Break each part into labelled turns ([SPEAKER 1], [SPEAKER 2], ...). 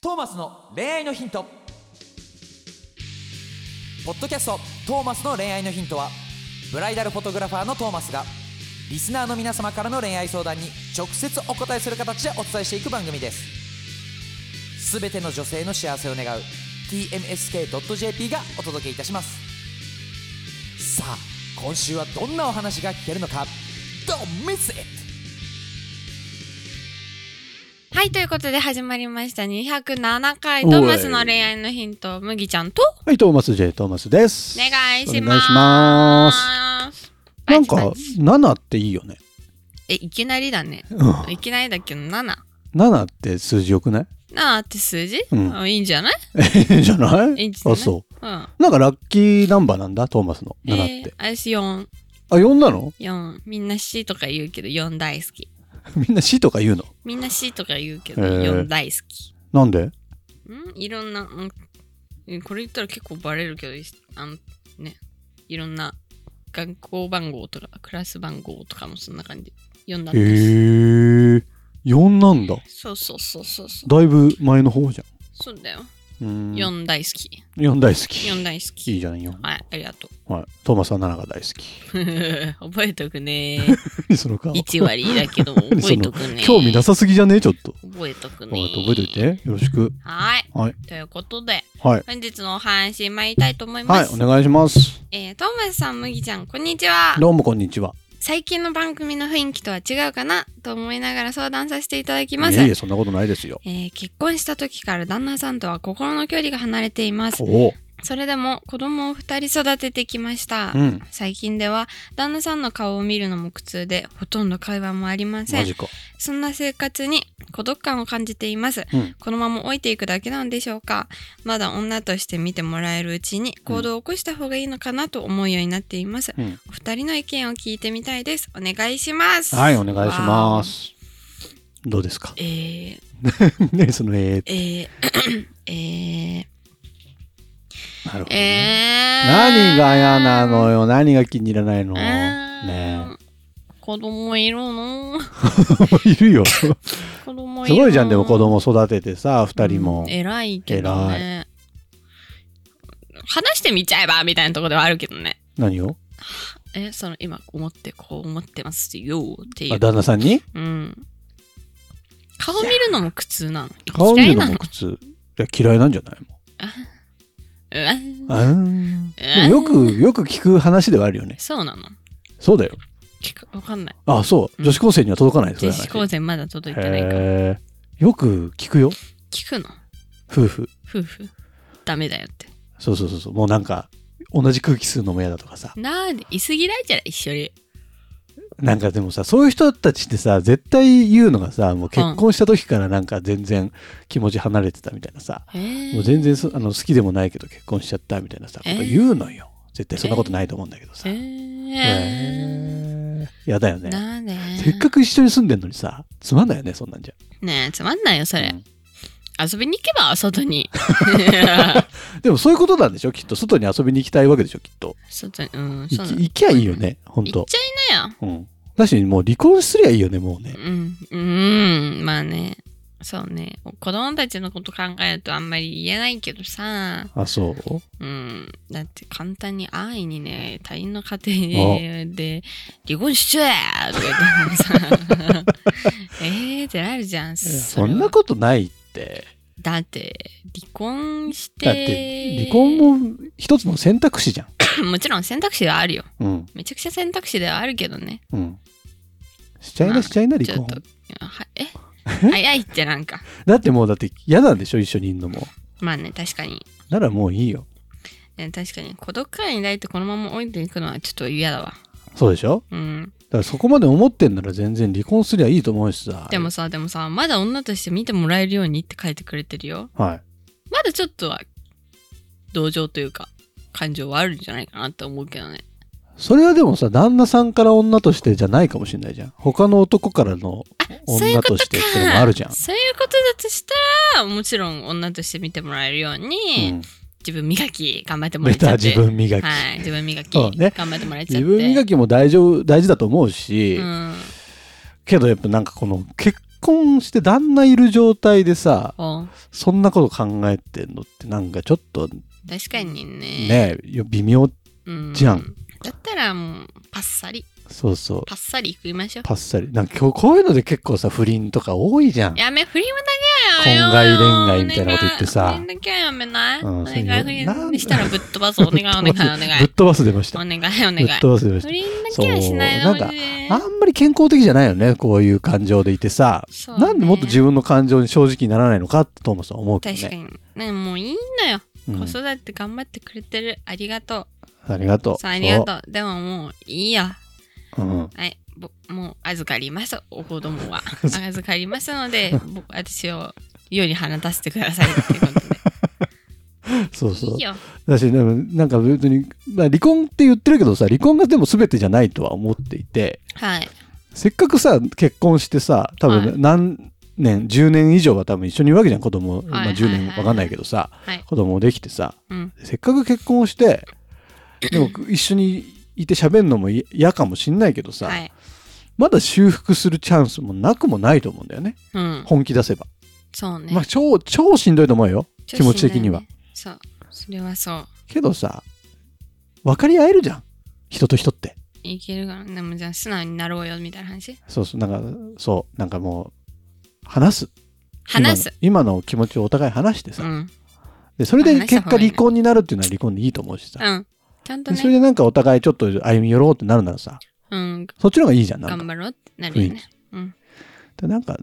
[SPEAKER 1] トーマスの恋愛のヒントポッドキャスト「トーマスの恋愛のヒントは」ブライダルフォトグラファーのトーマスがリスナーの皆様からの恋愛相談に直接お答えする形でお伝えしていく番組ですすべての女性の幸せを願う TMSK.jp がお届けいたしますさあ今週はどんなお話が聞けるのか Don't miss it!
[SPEAKER 2] はい、ということで始まりました207回トーマスの恋愛のヒント、麦ちゃんと
[SPEAKER 3] はい、トーマス J. トーマスです。
[SPEAKER 2] お願いし
[SPEAKER 3] お願
[SPEAKER 2] ま
[SPEAKER 3] い
[SPEAKER 2] す。
[SPEAKER 3] します。
[SPEAKER 2] パ
[SPEAKER 3] なん
[SPEAKER 2] チパチ
[SPEAKER 3] か、7っていいよね。
[SPEAKER 2] え、いきなりだね。
[SPEAKER 3] うん。
[SPEAKER 2] いきなりだけど、7。
[SPEAKER 3] 7って数字よくない
[SPEAKER 2] 7って数字、
[SPEAKER 3] うん
[SPEAKER 2] あいいんじゃない
[SPEAKER 3] じゃない
[SPEAKER 2] いいんじゃな
[SPEAKER 3] あ、
[SPEAKER 2] い
[SPEAKER 3] そ
[SPEAKER 2] うん。
[SPEAKER 3] う。なんかラッキーナンバーなんだ、トーマスの。7って。
[SPEAKER 2] えー、私4、
[SPEAKER 3] あ、4なの
[SPEAKER 2] 4。みんな C とか言うけど、4大好き。
[SPEAKER 3] みんな死とか言うの。
[SPEAKER 2] みんな C とか言うけど、
[SPEAKER 3] へー
[SPEAKER 2] 4大好き。
[SPEAKER 3] なんで
[SPEAKER 2] んいろんな、うんうん、これ言ったら結構バレるけど、あの、ね、いろんな学校番号とかクラス番号とかもそんな感じ。4だった
[SPEAKER 3] へ
[SPEAKER 2] し
[SPEAKER 3] え。4なんだ。
[SPEAKER 2] そうそうそうそうそう。
[SPEAKER 3] だいぶ前の方じ
[SPEAKER 2] そうだよ。
[SPEAKER 3] ゃん。うん。4。
[SPEAKER 2] 4大好き。
[SPEAKER 3] 4大好き。
[SPEAKER 2] 4大好
[SPEAKER 3] いい
[SPEAKER 2] き。
[SPEAKER 3] じゃん、4。
[SPEAKER 2] はい、ありがとう。
[SPEAKER 3] はい。トーマスは7が大好き。
[SPEAKER 2] 覚えとく ね。
[SPEAKER 3] 何その顔。
[SPEAKER 2] 1割だけど、
[SPEAKER 3] 何
[SPEAKER 2] 覚
[SPEAKER 3] そ
[SPEAKER 2] え
[SPEAKER 3] の
[SPEAKER 2] とくね。
[SPEAKER 3] 興味なさすぎじゃねえちょっと。
[SPEAKER 2] 覚えとく
[SPEAKER 3] はい
[SPEAKER 2] ね。
[SPEAKER 3] 覚えといて。よろしく。
[SPEAKER 2] はい。
[SPEAKER 3] はい。
[SPEAKER 2] ということで、
[SPEAKER 3] はい。
[SPEAKER 2] 本日のお話、参りたいと思い
[SPEAKER 3] は
[SPEAKER 2] ま
[SPEAKER 3] い、お
[SPEAKER 2] す。
[SPEAKER 3] 願いします。
[SPEAKER 2] えー、トーマスさん、麦ちゃん、こんにちは。
[SPEAKER 3] どうもこんにちは。
[SPEAKER 2] 最近の番組の雰囲気とは違うかなと思いながら相談させていただきます。
[SPEAKER 3] いえいえ、そんなことないですよ。
[SPEAKER 2] えー結婚した時から旦那さんとは心の距離が離れています。
[SPEAKER 3] おお、
[SPEAKER 2] それでも子供を2人育ててきました
[SPEAKER 3] う。ん、
[SPEAKER 2] 最近では旦那さんの顔を見るのも苦痛でほとんど会話もありませ
[SPEAKER 3] マ
[SPEAKER 2] ん
[SPEAKER 3] ジか。
[SPEAKER 2] そんな生活に孤独感を感じています
[SPEAKER 3] うん、
[SPEAKER 2] このまま置いていくだけなんでしょうかまだ女として見てもらえるうちに行動を起こした方がいいのかなと思うようになっています、
[SPEAKER 3] うん、
[SPEAKER 2] お二人の意見を聞いてみたいですお願いします
[SPEAKER 3] はい、お願いします。どうですか
[SPEAKER 2] えー、
[SPEAKER 3] ね、そのえー、
[SPEAKER 2] えー、 えー、
[SPEAKER 3] なるほど、
[SPEAKER 2] え
[SPEAKER 3] ね
[SPEAKER 2] ー
[SPEAKER 3] 何が嫌なのよ、何が気に入らないうの。
[SPEAKER 2] ーん
[SPEAKER 3] ね
[SPEAKER 2] 子供いるの
[SPEAKER 3] えいるよ。す
[SPEAKER 2] 子供いるの
[SPEAKER 3] ごいじゃん、でも子供育ててさ、二人も
[SPEAKER 2] うん。偉いけどね話してみちゃえばみたいなとこではあるけどね
[SPEAKER 3] 何を
[SPEAKER 2] えその今思ってこう思ってますよってい
[SPEAKER 3] あ
[SPEAKER 2] う、
[SPEAKER 3] 旦那さんに
[SPEAKER 2] うん、顔見るのも苦痛なの
[SPEAKER 3] 顔見
[SPEAKER 2] 嫌い
[SPEAKER 3] るの
[SPEAKER 2] な
[SPEAKER 3] も
[SPEAKER 2] の
[SPEAKER 3] 苦痛。いや、嫌いなんじゃないもん。
[SPEAKER 2] うん
[SPEAKER 3] あー
[SPEAKER 2] えー
[SPEAKER 3] でもよく、よく聞く話ではあるよね。
[SPEAKER 2] そうなの
[SPEAKER 3] そうだよ。
[SPEAKER 2] 結構わかんない
[SPEAKER 3] あ、そう。女子高生には届かないです、
[SPEAKER 2] 女子高生まだ届いてないから
[SPEAKER 3] へーよく聞くよ、
[SPEAKER 2] 聞くの
[SPEAKER 3] 夫婦。
[SPEAKER 2] 夫婦ダメだよって
[SPEAKER 3] そうそうそうそうもうなんか同じ空気吸うのも嫌だとかさ
[SPEAKER 2] なんで居すぎられちゃら一緒に
[SPEAKER 3] なんかでもさそういう人たちってさ絶対言うのがさもう結婚した時からなんか全然気持ち離れてたみたいなさ、
[SPEAKER 2] えー
[SPEAKER 3] もう全然そあの好きでもないけど結婚しちゃったみたいなさ、
[SPEAKER 2] えー
[SPEAKER 3] こと言うのよ絶対そんなことないと思うんだけどさ、
[SPEAKER 2] え
[SPEAKER 3] え
[SPEAKER 2] ー
[SPEAKER 3] やだよね
[SPEAKER 2] なんで
[SPEAKER 3] せっかく一緒に住んでんのにさつまんないよねそんなんじゃ
[SPEAKER 2] ねえつまんないよそれ、
[SPEAKER 3] うん
[SPEAKER 2] 遊びに行けば外 に
[SPEAKER 3] でもそういうことなんでしょきっと外に遊びに行きたいわけでしょきっと
[SPEAKER 2] 外にうん
[SPEAKER 3] 行
[SPEAKER 2] そう
[SPEAKER 3] き
[SPEAKER 2] なの
[SPEAKER 3] 行きゃいいよねほん
[SPEAKER 2] 行っ
[SPEAKER 3] と
[SPEAKER 2] ちゃいなよ
[SPEAKER 3] うんだしもう離婚すりゃいいよねもうね
[SPEAKER 2] うんうんまあねそうね子供たちのこと考えるとあんまり言えないけどさ
[SPEAKER 3] あそう
[SPEAKER 2] うんだって簡単に安易にね他人の家庭で離婚しちゃえとか言ってもさ えーってなるじゃん
[SPEAKER 3] そ
[SPEAKER 2] れは
[SPEAKER 3] んなことないって。
[SPEAKER 2] だって離婚して
[SPEAKER 3] だって、離婚も一つの選択肢じゃ ん。
[SPEAKER 2] もちろん選択肢はあるよ
[SPEAKER 3] うん、
[SPEAKER 2] めちゃくちゃ選択肢ではあるけどね。
[SPEAKER 3] うん。しちゃい
[SPEAKER 2] まあ
[SPEAKER 3] な、しちゃいな、離
[SPEAKER 2] ちょっ
[SPEAKER 3] 婚
[SPEAKER 2] と。、はえ早いってなんか。
[SPEAKER 3] だってもう、だって嫌なんでしょ、一緒にいんのも。
[SPEAKER 2] まあね、確かに。
[SPEAKER 3] ならもういいよ。
[SPEAKER 2] ね確かに、孤独感に抱いてこのまま置いていくのはちょっと嫌だわ。
[SPEAKER 3] そうでしょ
[SPEAKER 2] うん。
[SPEAKER 3] だからそこまで思ってんなら全然離婚すりゃいいと思うしさ。
[SPEAKER 2] でもさ、でもさ、まだ女として見てもらえるようにって書いてくれてるよ。
[SPEAKER 3] はい。
[SPEAKER 2] まだちょっとは、同情というか、感情はあるんじゃないかなって思うけどね。
[SPEAKER 3] それはでもさ、旦那さんから女としてじゃないかもしれないじゃん。他の男からの
[SPEAKER 2] そういうこ
[SPEAKER 3] 女
[SPEAKER 2] とと
[SPEAKER 3] してってのもあるじゃ
[SPEAKER 2] か。
[SPEAKER 3] ん。
[SPEAKER 2] そういうことだとしたら、もちろん女として見てもらえるように、
[SPEAKER 3] うん
[SPEAKER 2] 自分磨き頑張ってもら
[SPEAKER 3] ベ
[SPEAKER 2] えちゃ
[SPEAKER 3] タ
[SPEAKER 2] って。
[SPEAKER 3] 自分磨き。
[SPEAKER 2] はい、自分磨き、
[SPEAKER 3] そうね
[SPEAKER 2] 頑張ってもらえちゃって。
[SPEAKER 3] 自分磨きも大丈夫、大事だと思うし、
[SPEAKER 2] うん、
[SPEAKER 3] けどやっぱなんかこの結婚して旦那いる状態でさ
[SPEAKER 2] あ
[SPEAKER 3] そんなこと考えてんのってなんかちょっと
[SPEAKER 2] 確かにね。
[SPEAKER 3] ねよ微妙
[SPEAKER 2] うん、
[SPEAKER 3] じゃん。
[SPEAKER 2] だったらもう、パッサリ、
[SPEAKER 3] そうそう
[SPEAKER 2] パッサリ食いましょう。
[SPEAKER 3] パッサリなんか今日こういうので結構さ不倫とか多いじゃん
[SPEAKER 2] やめ、振りはだけはやめようよ。
[SPEAKER 3] 婚外恋愛みたいなこと言ってさ
[SPEAKER 2] 振りだけはやめない。
[SPEAKER 3] う
[SPEAKER 2] お
[SPEAKER 3] ん
[SPEAKER 2] 願い、
[SPEAKER 3] そうよ
[SPEAKER 2] 振
[SPEAKER 3] なん
[SPEAKER 2] りしたらぶっ飛ばす。お願い、お願い、お願い。
[SPEAKER 3] ぶっ飛ばす出ました
[SPEAKER 2] お願い、お
[SPEAKER 3] ぶ
[SPEAKER 2] 願
[SPEAKER 3] っ
[SPEAKER 2] い。
[SPEAKER 3] 飛ばす出まし
[SPEAKER 2] 不
[SPEAKER 3] た
[SPEAKER 2] 倫だけはしない
[SPEAKER 3] そう
[SPEAKER 2] よ
[SPEAKER 3] なんか
[SPEAKER 2] ね
[SPEAKER 3] あんまり健康的じゃないよねこういう感情でいてさ
[SPEAKER 2] そうね
[SPEAKER 3] なんでもっと自分の感情に正直にならないのかってトーマスは思うけど
[SPEAKER 2] 確か
[SPEAKER 3] ね
[SPEAKER 2] に。ね、もういいんだよ。
[SPEAKER 3] うん
[SPEAKER 2] 子育て頑張ってくれてる。ありがと
[SPEAKER 3] ありがと
[SPEAKER 2] う。
[SPEAKER 3] う
[SPEAKER 2] さあ、ありがとう。でももういいや。
[SPEAKER 3] そううん
[SPEAKER 2] はい。ぼもう預かります。お子供 は。預かりますので、ぼ私を世に放たせてくださいっていうことで。
[SPEAKER 3] そうそう
[SPEAKER 2] いいよ。
[SPEAKER 3] だし、でもなんか別に、まあ、離婚って言ってるけどさ、離婚がでも全てじゃないとは思っていて、
[SPEAKER 2] はい。
[SPEAKER 3] せっかくさ、結婚してさ、多
[SPEAKER 2] は
[SPEAKER 3] 分何年、10年以上は多分一緒にいるわけじゃん、子供。
[SPEAKER 2] はい
[SPEAKER 3] ま
[SPEAKER 2] は
[SPEAKER 3] あ、
[SPEAKER 2] い
[SPEAKER 3] 10年わかんないけどさ、
[SPEAKER 2] はい。
[SPEAKER 3] 子供できてさ、
[SPEAKER 2] うん。
[SPEAKER 3] せっかく結婚をして、でも一緒にいて喋るのもい嫌かもしんないけどさ、
[SPEAKER 2] はい。
[SPEAKER 3] まだ修復するチャンスもなくもないと思うんだよね、
[SPEAKER 2] うん。
[SPEAKER 3] 本気出せば。
[SPEAKER 2] そうね。
[SPEAKER 3] まあ、超、超しんどいと思うよ、
[SPEAKER 2] ちょ
[SPEAKER 3] 気持ち的には。
[SPEAKER 2] しんどいねそう。それはそう。
[SPEAKER 3] けどさ、分かり合えるじゃん、人と人って。
[SPEAKER 2] いけるから。でもじゃあ素直になろうよみたいな話。
[SPEAKER 3] そうそう、なんか、そう、なんかもう、話す。
[SPEAKER 2] 話す。
[SPEAKER 3] 今の今の気持ちをお互い話して
[SPEAKER 2] う
[SPEAKER 3] さ。
[SPEAKER 2] ん。
[SPEAKER 3] で、それで
[SPEAKER 2] 話した
[SPEAKER 3] 結
[SPEAKER 2] 方
[SPEAKER 3] 果
[SPEAKER 2] がいいね
[SPEAKER 3] 離婚になるっていうのは離婚でいいと思うしさ。
[SPEAKER 2] うん。ちゃんと
[SPEAKER 3] でそれ
[SPEAKER 2] ね。
[SPEAKER 3] でなんかお互いちょっと歩み寄ろうってなるならさ、
[SPEAKER 2] うん。
[SPEAKER 3] そっちの方がいいじゃん。なん
[SPEAKER 2] 頑
[SPEAKER 3] か、
[SPEAKER 2] 張ろうってなるよね。うん。
[SPEAKER 3] でなんか、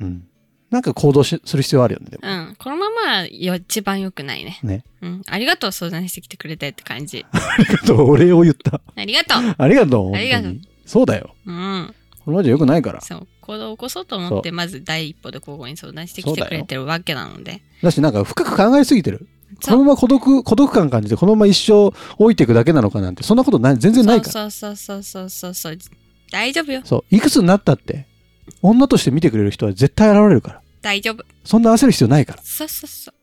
[SPEAKER 3] うん。なんか行動しする必要あるよね、でも。
[SPEAKER 2] うん。このままはよ一番良くないね。
[SPEAKER 3] ね。
[SPEAKER 2] うん。ありがとう相談してきてくれてって感 じ。
[SPEAKER 3] ありがとう、お礼を言った。
[SPEAKER 2] ありがとう。
[SPEAKER 3] ありがとう、本
[SPEAKER 2] ありがと
[SPEAKER 3] 当
[SPEAKER 2] う
[SPEAKER 3] に。そうだよ。
[SPEAKER 2] うん。
[SPEAKER 3] このままじゃよくないから。
[SPEAKER 2] そう。行動を起こそうと思って、まず第一歩で交互に相談してきてくれてるわけなので。
[SPEAKER 3] だし、なんか深く考えすぎてる。
[SPEAKER 2] そ
[SPEAKER 3] こ
[SPEAKER 2] う
[SPEAKER 3] のまま孤独、孤独感感じて、このまま一生置いていくだけなのかなんて、そんなことない、全然ないから。
[SPEAKER 2] そうそうそうそうそうそう。大丈夫よ。
[SPEAKER 3] そう、いくつになったって、女として見てくれる人は絶対現れるから。
[SPEAKER 2] 大丈夫。
[SPEAKER 3] そんな焦る必要ないから。
[SPEAKER 2] そうそうそう。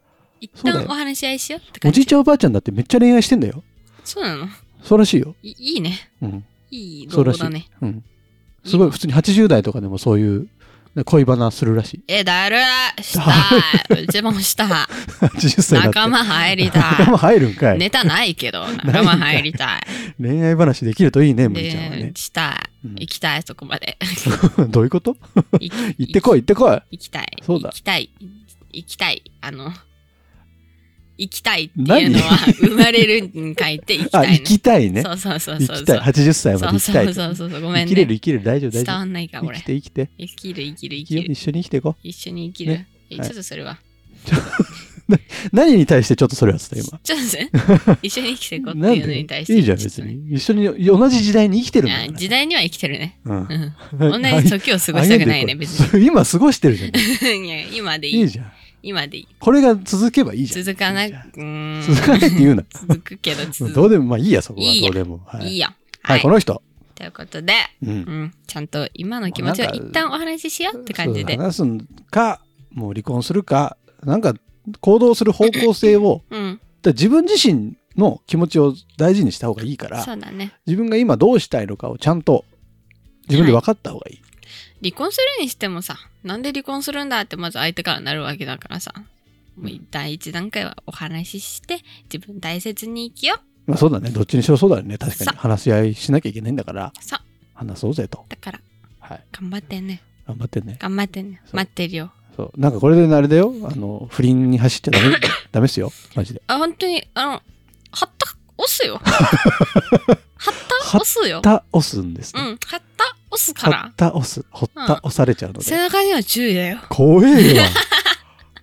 [SPEAKER 2] 一
[SPEAKER 3] そうだ
[SPEAKER 2] 旦
[SPEAKER 3] よ
[SPEAKER 2] お話し合いしようって
[SPEAKER 3] お
[SPEAKER 2] 感
[SPEAKER 3] じ
[SPEAKER 2] じ。
[SPEAKER 3] いちゃんおばあちゃんだってめっちゃ恋愛してんだよ。
[SPEAKER 2] そうなの
[SPEAKER 3] そうらしいよ。
[SPEAKER 2] いいいね。
[SPEAKER 3] うん。
[SPEAKER 2] いい
[SPEAKER 3] そ
[SPEAKER 2] 動
[SPEAKER 3] うら
[SPEAKER 2] 画
[SPEAKER 3] しい。
[SPEAKER 2] だね。。
[SPEAKER 3] うん。すごい、普通に80代とかでもそういう恋バナするらしい
[SPEAKER 2] え、だるーしたーうちもしたい。
[SPEAKER 3] 80歳だって。
[SPEAKER 2] 仲間入り
[SPEAKER 3] 仲間
[SPEAKER 2] た
[SPEAKER 3] 入るんか
[SPEAKER 2] い。
[SPEAKER 3] い。
[SPEAKER 2] ネタないけど、仲間入りたい。
[SPEAKER 3] 恋愛話できるといいね、むぎちゃんは
[SPEAKER 2] で
[SPEAKER 3] ね、。
[SPEAKER 2] したい。
[SPEAKER 3] うん
[SPEAKER 2] 行きたい、そこまで。
[SPEAKER 3] どういうこと
[SPEAKER 2] 行
[SPEAKER 3] 行ってこい、行ってこい。
[SPEAKER 2] 行きたい。
[SPEAKER 3] そうだ
[SPEAKER 2] 行きたい。行きたい。あの、行きたいっていうの は、生まれるに書いて行きた
[SPEAKER 3] あ、
[SPEAKER 2] い、ね。
[SPEAKER 3] 行きたいね
[SPEAKER 2] そ。うそうそう
[SPEAKER 3] 行
[SPEAKER 2] そう。
[SPEAKER 3] きたい。80歳まで
[SPEAKER 2] そう
[SPEAKER 3] 行きた
[SPEAKER 2] そう
[SPEAKER 3] い。
[SPEAKER 2] そうそうそう。ごめ
[SPEAKER 3] 生
[SPEAKER 2] ん
[SPEAKER 3] きれる、
[SPEAKER 2] ね。
[SPEAKER 3] 生きれる、大丈夫、大
[SPEAKER 2] 伝
[SPEAKER 3] 丈
[SPEAKER 2] わ
[SPEAKER 3] 夫。
[SPEAKER 2] んないか、
[SPEAKER 3] 生
[SPEAKER 2] 俺
[SPEAKER 3] き。て、生きて。
[SPEAKER 2] 生きる、生きる、生
[SPEAKER 3] 生きよ
[SPEAKER 2] き
[SPEAKER 3] う
[SPEAKER 2] る。
[SPEAKER 3] 一緒に生きていこ
[SPEAKER 2] 一緒に生きる。
[SPEAKER 3] ね
[SPEAKER 2] え
[SPEAKER 3] はい
[SPEAKER 2] ちょっとそれは。
[SPEAKER 3] う。何に対してちょっとそれはつった、今。
[SPEAKER 2] ちょっと ね、一緒に生きていこうって
[SPEAKER 3] なん
[SPEAKER 2] いうの
[SPEAKER 3] で
[SPEAKER 2] に対して。
[SPEAKER 3] いいじゃん別に一緒に同じ時代に生きてるんだ
[SPEAKER 2] あ。時代には生きてるね。
[SPEAKER 3] から、
[SPEAKER 2] うん。
[SPEAKER 3] う
[SPEAKER 2] 同
[SPEAKER 3] ん、
[SPEAKER 2] じ時を過ごしたくないね、
[SPEAKER 3] 歩んで
[SPEAKER 2] 別
[SPEAKER 3] こう今過ごしてるじゃんい
[SPEAKER 2] に。い や、今でいい。
[SPEAKER 3] いじゃん
[SPEAKER 2] 今でいい。
[SPEAKER 3] これが続けばいいじゃん
[SPEAKER 2] 続かな
[SPEAKER 3] いういじゃん
[SPEAKER 2] ーん。
[SPEAKER 3] 続かないって言うな
[SPEAKER 2] 続くけど、 続
[SPEAKER 3] どうでもまあいいやそこはい
[SPEAKER 2] い
[SPEAKER 3] ど
[SPEAKER 2] や
[SPEAKER 3] うでもはい
[SPEAKER 2] い
[SPEAKER 3] い
[SPEAKER 2] よ。
[SPEAKER 3] はいこの人
[SPEAKER 2] ということで、
[SPEAKER 3] う
[SPEAKER 2] うんん、ちゃんと今の気持ちを
[SPEAKER 3] なんか
[SPEAKER 2] 一旦お話ししようって感じで。
[SPEAKER 3] そう話すんかもう離婚するかなんか行動する方向 性を
[SPEAKER 2] うん、
[SPEAKER 3] だから自分自身の気持ちを大事にした方がいいから
[SPEAKER 2] そうだね。
[SPEAKER 3] 自分が今どうしたいのかをちゃんと自分で分かった方がいい、
[SPEAKER 2] 離婚するにしてもさ、なんで離婚するんだってまず相手からなるわけだからさ、もう第一段階はお話しして、自分大切に生きよう。
[SPEAKER 3] まあそうだねどっちにしろそうだよね確かに
[SPEAKER 2] さ
[SPEAKER 3] 話し合いしなきゃいけないんだから
[SPEAKER 2] そう、
[SPEAKER 3] 話そうぜと。
[SPEAKER 2] だから
[SPEAKER 3] はい。
[SPEAKER 2] 頑張ってね。
[SPEAKER 3] 頑張ってね。
[SPEAKER 2] 頑張ってね。
[SPEAKER 3] そう
[SPEAKER 2] 待ってるよ。
[SPEAKER 3] そう。なんかこれであれだよ。あの、不倫に走っちゃダメ、ダメっすよ。マジで。
[SPEAKER 2] あ、本当に、あの、はった、押 すよ。はった、押すよ。
[SPEAKER 3] はった押すんです
[SPEAKER 2] う
[SPEAKER 3] ね。
[SPEAKER 2] ん、はった、押すか
[SPEAKER 3] は
[SPEAKER 2] ら
[SPEAKER 3] っ。た押す。ほった押されちゃうの
[SPEAKER 2] 背
[SPEAKER 3] で。
[SPEAKER 2] 中には注意だよ。
[SPEAKER 3] 怖え よ。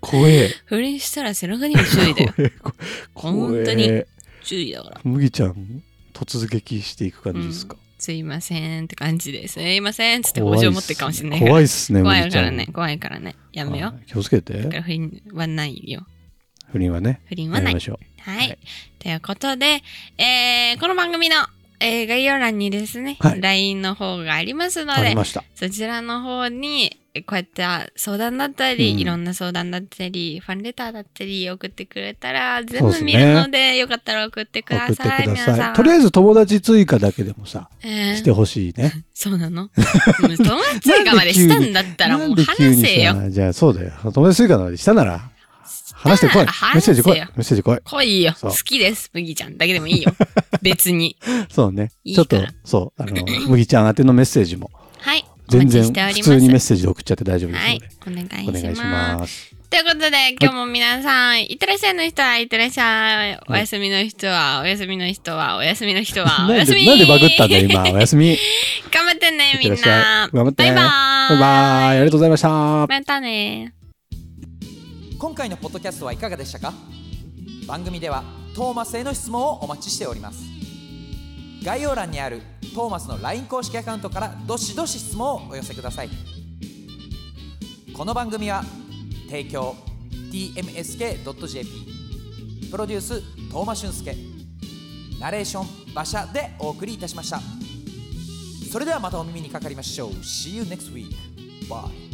[SPEAKER 3] 怖え。
[SPEAKER 2] 不倫したら背中には注意だよ。
[SPEAKER 3] 怖え。こ
[SPEAKER 2] 本
[SPEAKER 3] 怖
[SPEAKER 2] 当に
[SPEAKER 3] え。
[SPEAKER 2] 注意だから。
[SPEAKER 3] 麦ちゃん、突撃していく感じですか。
[SPEAKER 2] すいませんって感じです。すいませんっつって
[SPEAKER 3] 怖い
[SPEAKER 2] おじ
[SPEAKER 3] っすね
[SPEAKER 2] を持ってるかもしれないから。
[SPEAKER 3] 怖いっすね、
[SPEAKER 2] 怖
[SPEAKER 3] 麦
[SPEAKER 2] い
[SPEAKER 3] ち
[SPEAKER 2] か
[SPEAKER 3] ゃ
[SPEAKER 2] ら
[SPEAKER 3] ん。
[SPEAKER 2] ね。怖いからね。やめよ
[SPEAKER 3] は
[SPEAKER 2] う。
[SPEAKER 3] い。気をつけ
[SPEAKER 2] だか
[SPEAKER 3] て。
[SPEAKER 2] ら不倫はないよ。
[SPEAKER 3] 不倫はね。
[SPEAKER 2] 不倫は
[SPEAKER 3] や
[SPEAKER 2] な
[SPEAKER 3] め
[SPEAKER 2] い
[SPEAKER 3] ま。しょ
[SPEAKER 2] はい。
[SPEAKER 3] はい
[SPEAKER 2] ということで、えー、この番組の、えー概要欄にですね、
[SPEAKER 3] はい
[SPEAKER 2] LINE の方があります
[SPEAKER 3] う。
[SPEAKER 2] の
[SPEAKER 3] あり
[SPEAKER 2] で、
[SPEAKER 3] ました。
[SPEAKER 2] そちらの方に、こうやってあ相談だったり、
[SPEAKER 3] うん
[SPEAKER 2] いろんな相談だったりファンレターだったり送ってくれたら全
[SPEAKER 3] そうで
[SPEAKER 2] 部
[SPEAKER 3] すね
[SPEAKER 2] 見るのでよかったら送ってくだ
[SPEAKER 3] 送ってく
[SPEAKER 2] さい
[SPEAKER 3] だ
[SPEAKER 2] 皆さ
[SPEAKER 3] さ
[SPEAKER 2] ん
[SPEAKER 3] い。とりあえず友達追加だけでもさ、
[SPEAKER 2] えー
[SPEAKER 3] してほしいね。
[SPEAKER 2] そうなの うん友達追加までしたんだったら
[SPEAKER 3] な
[SPEAKER 2] もう
[SPEAKER 3] んで急
[SPEAKER 2] 話
[SPEAKER 3] に
[SPEAKER 2] せよ
[SPEAKER 3] さ、じゃあそうだよ。友達追加なのでしたなら、話してこい。
[SPEAKER 2] したら
[SPEAKER 3] メッセージ来
[SPEAKER 2] 話せ
[SPEAKER 3] い。メ
[SPEAKER 2] よ
[SPEAKER 3] ッセージ来い。
[SPEAKER 2] 来いよ
[SPEAKER 3] そう
[SPEAKER 2] 好きです麦ちゃんだけでもいいよ別に
[SPEAKER 3] そうね。
[SPEAKER 2] いい
[SPEAKER 3] ちょっと
[SPEAKER 2] から、
[SPEAKER 3] そう、あの、麦ちゃん宛てのメッセージも、
[SPEAKER 2] はいお
[SPEAKER 3] 全
[SPEAKER 2] 待ちし
[SPEAKER 3] 然
[SPEAKER 2] ております
[SPEAKER 3] 普通にメッセージで送っちゃって大丈夫で
[SPEAKER 2] はい
[SPEAKER 3] す
[SPEAKER 2] お願
[SPEAKER 3] ので、
[SPEAKER 2] いし
[SPEAKER 3] お願いし
[SPEAKER 2] ます
[SPEAKER 3] ます。
[SPEAKER 2] ということで、今日も皆さん、いってらっしゃいの人は、いってらっしゃい。お休みの人は、お休みの人は、お休みの人は、お
[SPEAKER 3] なん
[SPEAKER 2] 休
[SPEAKER 3] で、
[SPEAKER 2] み
[SPEAKER 3] なんでバグったんだよ、今。おやすみ。いっ
[SPEAKER 2] 頑張ってね、み
[SPEAKER 3] て
[SPEAKER 2] ん
[SPEAKER 3] らっしゃ。。
[SPEAKER 2] ない
[SPEAKER 3] 頑張って。
[SPEAKER 2] バイバーイ。
[SPEAKER 3] バイバイ。ありがとうございました。
[SPEAKER 2] またね
[SPEAKER 1] 今回のポッドキャストはいかがでしたか番組ではトーマスへの質問をお待ちしております概要欄にあるトーマスの LINE 公式アカウントからどしどし質問をお寄せくださいこの番組は提供 tmsk.jp プロデューストーマ俊介ナレーション馬車でお送りいたしましたそれではまたお耳にかかりましょう See you next week Bye